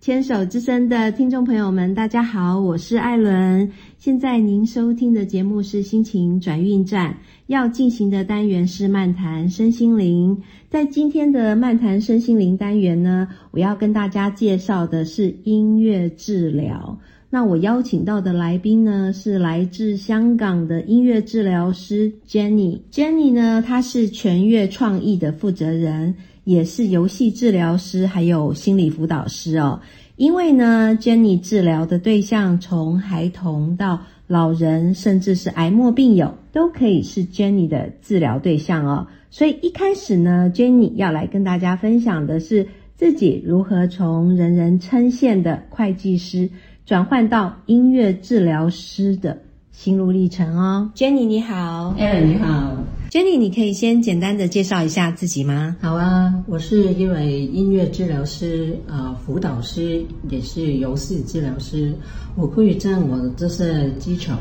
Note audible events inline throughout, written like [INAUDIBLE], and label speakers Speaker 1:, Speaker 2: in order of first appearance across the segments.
Speaker 1: 牵手之声的听众朋友们，大家好，我是艾伦。现在您收听的节目是心情转运站，要进行的单元是漫谈身心灵。在今天的漫谈身心灵单元呢，我要跟大家介绍的是音乐治疗。那我邀请到的来宾呢，是来自香港的音乐治疗师 Jenny。Jenny 呢，她是全乐创意的负责人，也是游戏治疗师，还有心理辅导师哦。因为呢，Jenny 治疗的对象从孩童到老人，甚至是癌末病友，都可以是 Jenny 的治疗对象哦。所以一开始呢，Jenny 要来跟大家分享的是自己如何从人人称羡的会计师转换到音乐治疗师的心路历程哦。Jenny 你好
Speaker 2: 艾伦你好，
Speaker 1: ，Jenny 你可以先简单的介绍一下自己吗？
Speaker 2: 好啊，我是一位音乐治疗师、呃辅导师，也是游戏治疗师。我可以将我的这些技巧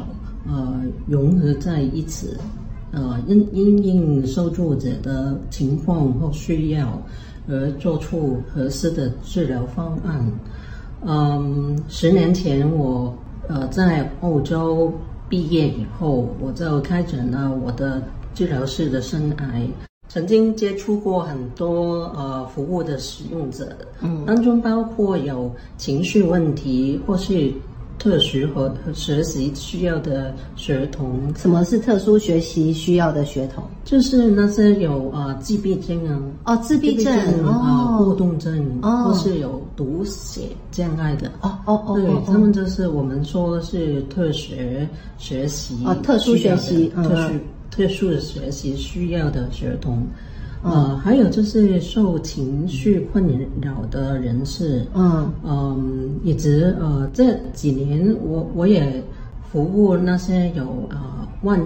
Speaker 2: 呃融合在一起，呃因因应受助者的情况或需要而做出合适的治疗方案。嗯，十年前我呃在澳洲毕业以后，我就开展了我的治疗师的生涯。曾经接触过很多呃服务的使用者，嗯，当中包括有情绪问题或是特殊和和学习需要的学童，
Speaker 3: 什么是特殊学习需要的学童？
Speaker 2: 就是那些有呃自闭症啊，
Speaker 3: 哦，自闭症
Speaker 2: 啊、过
Speaker 3: 哦
Speaker 2: 动症，
Speaker 3: 哦
Speaker 2: 或是有读写障碍的。
Speaker 3: 哦哦哦
Speaker 2: 对
Speaker 3: 哦，
Speaker 2: 他们就是我们说是特学学习
Speaker 3: 哦特殊学习
Speaker 2: 需要的特殊
Speaker 3: 嗯
Speaker 2: 特殊的学习需要的学童，
Speaker 3: 嗯
Speaker 2: 呃，还有就是受情绪困扰的人士，
Speaker 3: 嗯
Speaker 2: 嗯，一直呃这几年我我也服务那些有呃患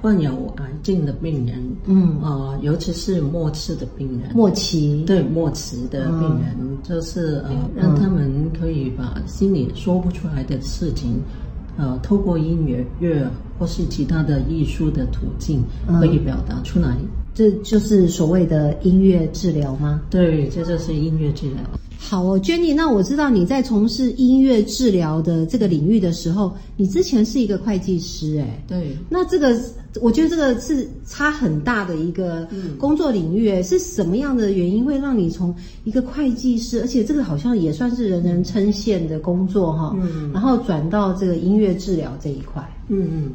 Speaker 2: 患有癌症的病人，
Speaker 3: 嗯，
Speaker 2: 呃，尤其是末期的病人，
Speaker 3: 莫奇
Speaker 2: 对末期的病人，就是呃，让他们可以把心里说不出来的事情，呃，透过音乐、乐或是其他的艺术的途径，可以表达出来。
Speaker 3: 这就是所谓的音乐治疗吗？
Speaker 2: 对，这就是音乐治疗。
Speaker 3: 好哦，Jenny，那我知道你在从事音乐治疗的这个领域的时候，你之前是一个会计师、哎，
Speaker 2: 对，
Speaker 3: 那这个我觉得这个是差很大的一个工作领域、哎、是什么样的原因会让你从一个会计师，而且这个好像也算是人人称羡的工作哈，
Speaker 2: 嗯
Speaker 3: 然后转到这个音乐治疗这一块？
Speaker 2: 嗯嗯，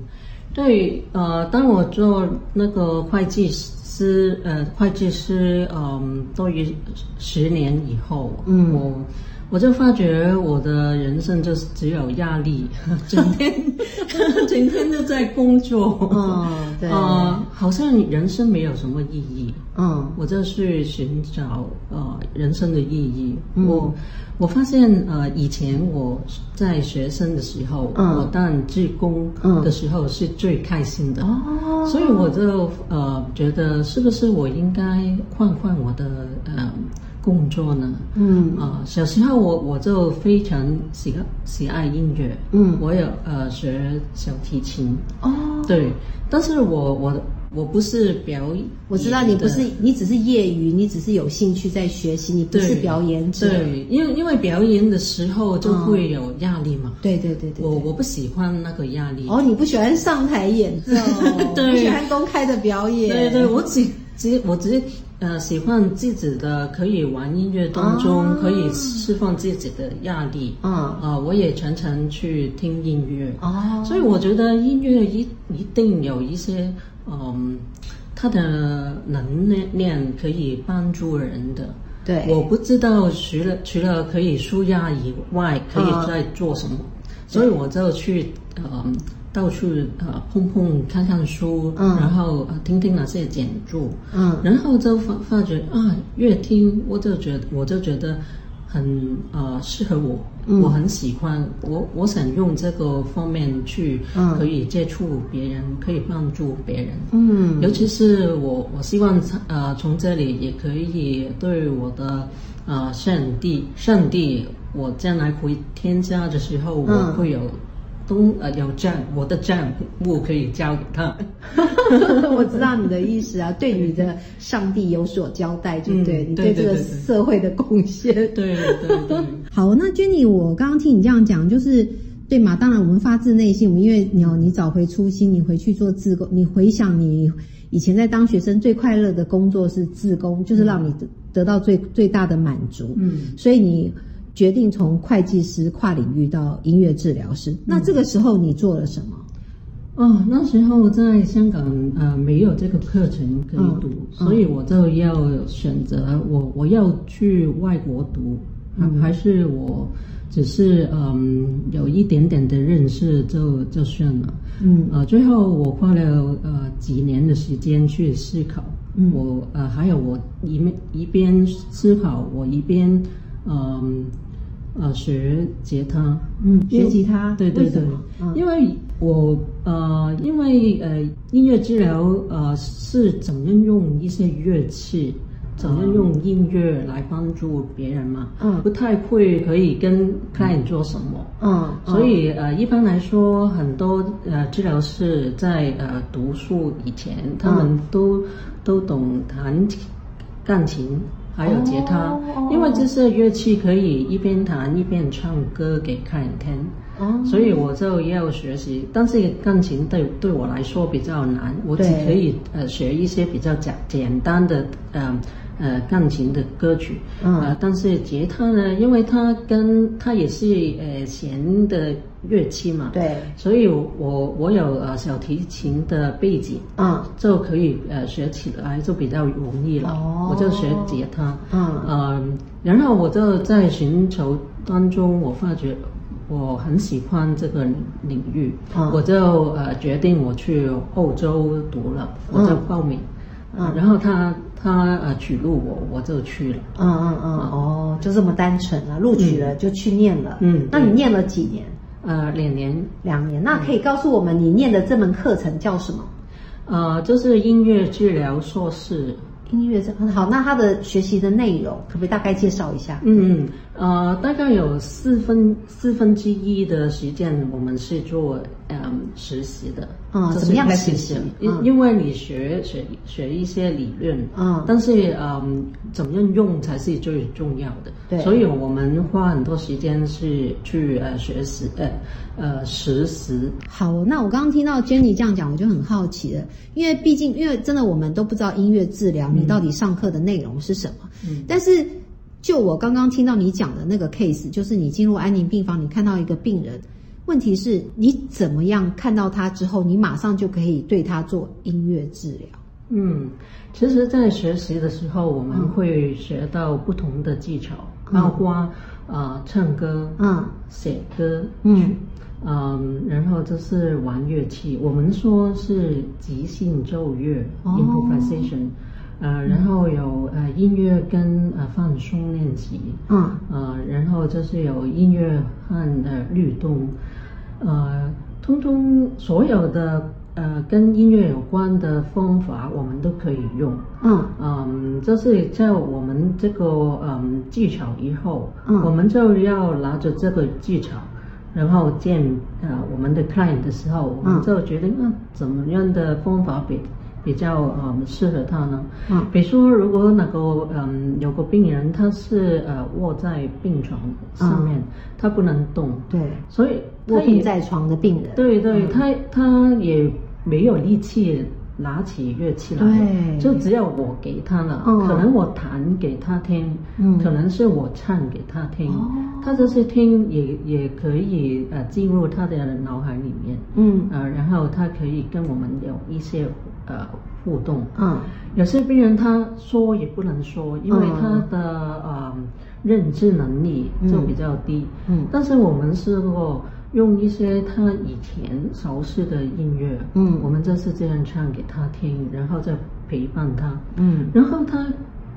Speaker 2: 对，呃，当我做那个会计师，呃，会计师，嗯、多于十年以后，
Speaker 3: 嗯
Speaker 2: 我我就发觉我的人生就是只有压力， [LAUGHS] 整天整天都在工作，
Speaker 3: 嗯，对，
Speaker 2: 呃，好像人生没有什么意义。
Speaker 3: 嗯
Speaker 2: 我就去寻找呃人生的意义。
Speaker 3: 嗯
Speaker 2: 我我发现呃以前我在学生的时候，
Speaker 3: 嗯
Speaker 2: 我当志工
Speaker 3: 嗯
Speaker 2: 的时候是最开心的，
Speaker 3: 哦
Speaker 2: 所以我就呃觉得是不是我应该换换我的呃工作呢？
Speaker 3: 嗯
Speaker 2: 啊、小时候我我就非常喜喜爱音乐，
Speaker 3: 嗯
Speaker 2: 我有呃学小提琴，
Speaker 3: 哦，
Speaker 2: 对，但是我我我不是表演的，
Speaker 3: 我知道你不是，你只是业余，你只是有兴趣在学习，你不
Speaker 2: 对
Speaker 3: 是表演者。
Speaker 2: 对，因为因为表演的时候就会有压力嘛，
Speaker 3: 对对对对
Speaker 2: 我
Speaker 3: 对。
Speaker 2: 我不喜欢那个压力，，
Speaker 3: 哦，你不喜欢上台演奏不
Speaker 2: [LAUGHS] 对
Speaker 3: 喜欢公开的表演。
Speaker 2: 对对，我只只我只呃喜欢自己的可以玩音乐当中、
Speaker 3: 啊
Speaker 2: 可以释放自己的压力，
Speaker 3: 嗯
Speaker 2: 啊、我也常常去听音乐，
Speaker 3: 哦，
Speaker 2: 所以我觉得音乐一一定有一些，嗯，它的能量可以帮助人的。
Speaker 3: 对
Speaker 2: 我不知道除了除了可以舒压以外，可以
Speaker 3: 嗯
Speaker 2: 再做什么，所以我就去嗯到处呃碰碰看看书，
Speaker 3: 嗯
Speaker 2: 然后呃听听那些讲座，
Speaker 3: 嗯
Speaker 2: 然后就发发觉啊，越听我就觉得我就觉得很呃适合我，
Speaker 3: 嗯
Speaker 2: 我很喜欢，我我想用这个方面去、
Speaker 3: 嗯
Speaker 2: 可以接触别人，可以帮助别人。
Speaker 3: 嗯
Speaker 2: 尤其是我，我希望呃，从这里也可以对我的呃上帝，上帝，我将来回天家的时候，
Speaker 3: 嗯
Speaker 2: 我会有东呃有账，我的账务可以交给
Speaker 3: [LAUGHS]
Speaker 2: 他。
Speaker 3: [LAUGHS] 我知道你的意思啊，对你的上帝有所交代，对不对？
Speaker 2: 嗯
Speaker 3: 你对这
Speaker 2: 对
Speaker 3: 个
Speaker 2: 对对对
Speaker 3: 社会的贡献。
Speaker 2: 对对对，
Speaker 3: 好，那 Jenny，我刚刚听你这样讲，就是对嘛？当然，我们发自内心，我们因为你要你找回初心，你回去做自工，你回想你以前在当学生最快乐的工作是自工，就是让你得得到最最大的满足。
Speaker 2: 嗯，
Speaker 3: 所以你决定从会计师跨领域到音乐治疗师。那这个时候你做了什么？
Speaker 2: 哦，那时候在香港呃没有这个课程可以读，
Speaker 3: 嗯
Speaker 2: 所以我就要选择我我要去外国读，
Speaker 3: 嗯
Speaker 2: 还还是我只是嗯有一点点的认识就就算了。
Speaker 3: 嗯，
Speaker 2: 呃，最后我花了呃几年的时间去思考，
Speaker 3: 嗯
Speaker 2: 我呃还有我一面一边思考，我一边嗯呃学吉他，
Speaker 3: 嗯，
Speaker 2: 因为
Speaker 3: 学吉他，
Speaker 2: 对对
Speaker 3: 为什
Speaker 2: 对
Speaker 3: 么，嗯
Speaker 2: 因为我呃，因为呃，音乐治疗呃是怎么样用一些乐器，怎么样用音乐来帮助别人嘛，
Speaker 3: 嗯
Speaker 2: 不太会可以跟 client 做什么。
Speaker 3: 嗯，
Speaker 2: 所以呃，一般来说，很多呃治疗师在呃读书以前，他们
Speaker 3: 嗯
Speaker 2: 都、都懂弹琴钢琴，还有吉他，
Speaker 3: 哦
Speaker 2: 因为这些乐器可以一边弹一边唱歌给客人听。
Speaker 3: 哦，
Speaker 2: 所以我就要学习，但是钢琴对对我来说比较难，我只
Speaker 3: 对
Speaker 2: 可以呃学一些比较简简单的呃呃钢琴的歌曲，
Speaker 3: 嗯
Speaker 2: 呃，但是吉他呢，因为它跟它也是呃弦的乐器嘛，，
Speaker 3: 对，
Speaker 2: 所以我我有呃小提琴的背景，
Speaker 3: 嗯
Speaker 2: 就可以呃学起来就比较容易了，
Speaker 3: 哦
Speaker 2: 我就学吉他，
Speaker 3: 嗯
Speaker 2: 嗯，然后我就在寻求当中，我发觉我很喜欢这个领域，
Speaker 3: 嗯
Speaker 2: 我就呃决定我去欧洲读了，我就报名，
Speaker 3: 嗯
Speaker 2: 然后他他呃取录我，我就去了。
Speaker 3: 嗯嗯嗯，哦，就这么单纯啊，录取了就去念了。
Speaker 2: 嗯
Speaker 3: 那你念了几年？
Speaker 2: 呃，两年，
Speaker 3: 两年。那可以告诉我们你念的这门课程叫什么？
Speaker 2: 呃，就是音乐治疗硕士，
Speaker 3: 音乐这好，那它的学习的内容可不可以大概介绍一下？
Speaker 2: 嗯，呃，大概有四分四分之一的时间我们是做嗯实习的，
Speaker 3: 嗯
Speaker 2: 就是
Speaker 3: 怎么样
Speaker 2: practice
Speaker 3: 实习
Speaker 2: 因、
Speaker 3: 嗯
Speaker 2: 因为你学学学一些理论，
Speaker 3: 嗯
Speaker 2: 但是嗯，怎么样用才是最重要的，
Speaker 3: 对
Speaker 2: 所以我们花很多时间是去呃学习呃呃实习，
Speaker 3: 好，那我刚刚听到 Jenny 这样讲，我就很好奇了，因为毕竟，因为真的我们都不知道音乐治疗你到底上课的内容是什么。
Speaker 2: 嗯
Speaker 3: 但是就我刚刚听到你讲的那个 case，就是你进入安宁病房，你看到一个病人，问题是你怎么样看到他之后，你马上就可以对他做音乐治疗。
Speaker 2: 嗯，其实，在学习的时候，我们会学到不同的技巧，包括呃唱歌，
Speaker 3: 嗯，
Speaker 2: 写歌，
Speaker 3: 嗯
Speaker 2: 嗯，然后就是玩乐器，我们说是即兴奏乐
Speaker 3: 哦
Speaker 2: （improvisation），呃，然后有呃音乐跟呃放松练习，
Speaker 3: 嗯
Speaker 2: 呃，然后就是有音乐和呃律动，呃，通通所有的呃跟音乐有关的方法，我们都可以用。
Speaker 3: 嗯
Speaker 2: 嗯，就是在我们这个嗯技巧以后，
Speaker 3: 嗯
Speaker 2: 我们就要拿着这个技巧，然后见呃我们的 client 的时候，我们
Speaker 3: 嗯
Speaker 2: 就决定嗯怎么样的方法比比较嗯适合他呢？
Speaker 3: 嗯
Speaker 2: 比如说如果那个嗯有个病人他是呃卧在病床上面，他不能动，
Speaker 3: 嗯对，
Speaker 2: 所以他
Speaker 3: 卧病
Speaker 2: 也
Speaker 3: 在床的病人。
Speaker 2: 对对，他他也没有力气拿起乐器来，
Speaker 3: 对
Speaker 2: 就只有我给他了。
Speaker 3: 嗯
Speaker 2: 可能我弹给他听，
Speaker 3: 嗯
Speaker 2: 可能是我唱给他听，
Speaker 3: 哦
Speaker 2: 他就是听也也可以呃进入他的脑海里面，
Speaker 3: 嗯
Speaker 2: 呃，然后他可以跟我们有一些呃互动。
Speaker 3: 嗯
Speaker 2: 有些病人他说也不能说，因为他
Speaker 3: 嗯
Speaker 2: 的呃认知能力就比较低。
Speaker 3: 嗯嗯
Speaker 2: 但是我们试过用一些他以前熟悉的音乐，
Speaker 3: 嗯
Speaker 2: 我们就是这样唱给他听，然后再陪伴他，
Speaker 3: 嗯
Speaker 2: 然后他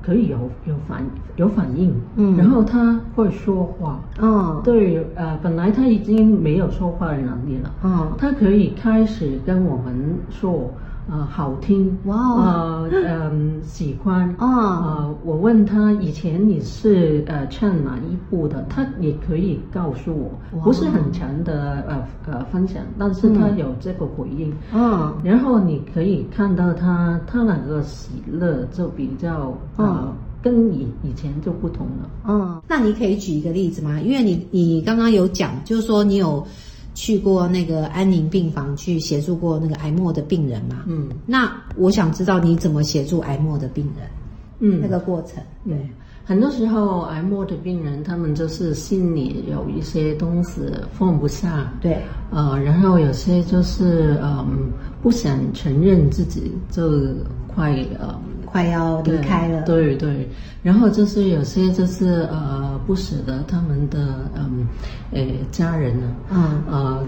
Speaker 2: 可以有有反有反应，
Speaker 3: 嗯
Speaker 2: 然后他会说话。
Speaker 3: 嗯
Speaker 2: 对，呃，本来哦他已经没有说话的能力了，
Speaker 3: 嗯
Speaker 2: 他可以开始跟我们说，呃好听，
Speaker 3: 哇哦
Speaker 2: 呃嗯、喜欢
Speaker 3: 哦
Speaker 2: 呃，我问他以前你是呃唱哪一部的，他也可以告诉我，
Speaker 3: 哇
Speaker 2: 不是很长的呃呃分享，但是他有这个回应。
Speaker 3: 嗯
Speaker 2: 然后你可以看到他他那个喜乐就比较呃、
Speaker 3: 嗯
Speaker 2: 跟以以前就不同了。
Speaker 3: 嗯，那你可以举一个例子吗？因为你你刚刚有讲，就是说你有去过那个安宁病房去协助过那个癌末的病人嘛？
Speaker 2: 嗯
Speaker 3: 那我想知道你怎么协助癌末的病人、
Speaker 2: 嗯，
Speaker 3: 那个过程。
Speaker 2: 对，很多时候癌末的病人，他们就是心里有一些东西放不下，
Speaker 3: 对，
Speaker 2: 呃，然后有些就是嗯不想承认自己就快呃
Speaker 3: 快要离开了。
Speaker 2: 对对，然后就是有些就是呃不舍得他们的嗯呃家人呢、
Speaker 3: 嗯
Speaker 2: 呃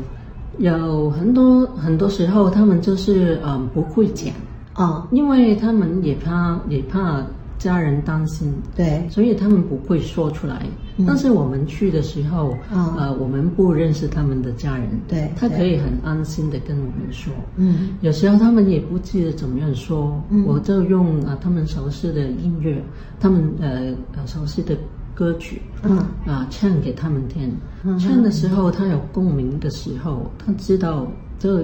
Speaker 2: 有很多很多时候他们就是嗯、呃不会讲，
Speaker 3: 哦，
Speaker 2: 因为他们也怕也怕家人担心，
Speaker 3: 对，
Speaker 2: 所以他们不会说出来。但是我们去的时候，
Speaker 3: 嗯
Speaker 2: 呃，我们不认识他们的家人，
Speaker 3: 对
Speaker 2: 他
Speaker 3: 对
Speaker 2: 可以很安心的跟我们说。
Speaker 3: 嗯
Speaker 2: 有时候他们也不记得怎么样说，
Speaker 3: 嗯
Speaker 2: 我就用啊、呃他们熟悉的音乐，他们呃呃熟悉的歌曲，
Speaker 3: 嗯
Speaker 2: 啊、唱给他们听。
Speaker 3: 嗯哼
Speaker 2: 唱的时候，他有共鸣的时候，他知道就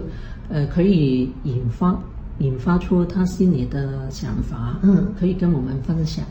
Speaker 2: 呃可以引发引发出他心里的想法，
Speaker 3: 嗯
Speaker 2: 可以跟我们分享。